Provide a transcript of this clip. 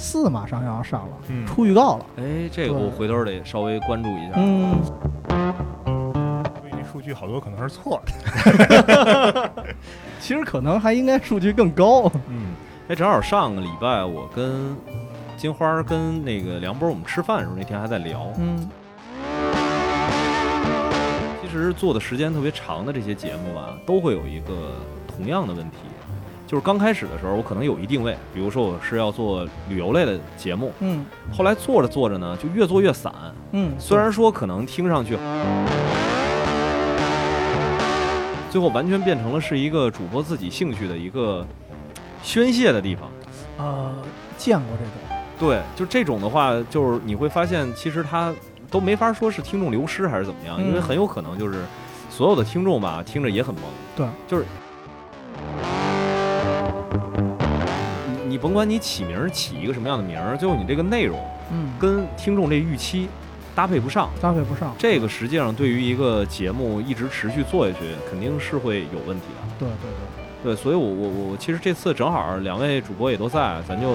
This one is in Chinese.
四马上要上了，嗯出预告了。哎，这个我回头得稍微关注一下。嗯，所以这数据好多可能是错的。其实可能还应该数据更高。嗯，哎，正好上个礼拜我跟金花儿跟那个梁波，我们吃饭的时候那天还在聊，嗯其实做的时间特别长的这些节目啊，都会有一个同样的问题，就是刚开始的时候我可能有一定位，比如说我是要做旅游类的节目，嗯后来做着做着呢，就越做越散。嗯，虽然说可能听上去，最后完全变成了是一个主播自己兴趣的一个宣泄的地方。呃见过这种，对，就这种的话，就是你会发现，其实他都没法说是听众流失还是怎么样，嗯因为很有可能就是所有的听众吧，听着也很懵。对，就是你你甭管你起名儿起一个什么样的名儿，最后你这个内容嗯，跟听众这预期搭配不上，搭配不上。这个实际上对于一个节目一直持续做下去，肯定是会有问题的。对对对，对，所以我我我其实这次正好两位主播也都在，咱就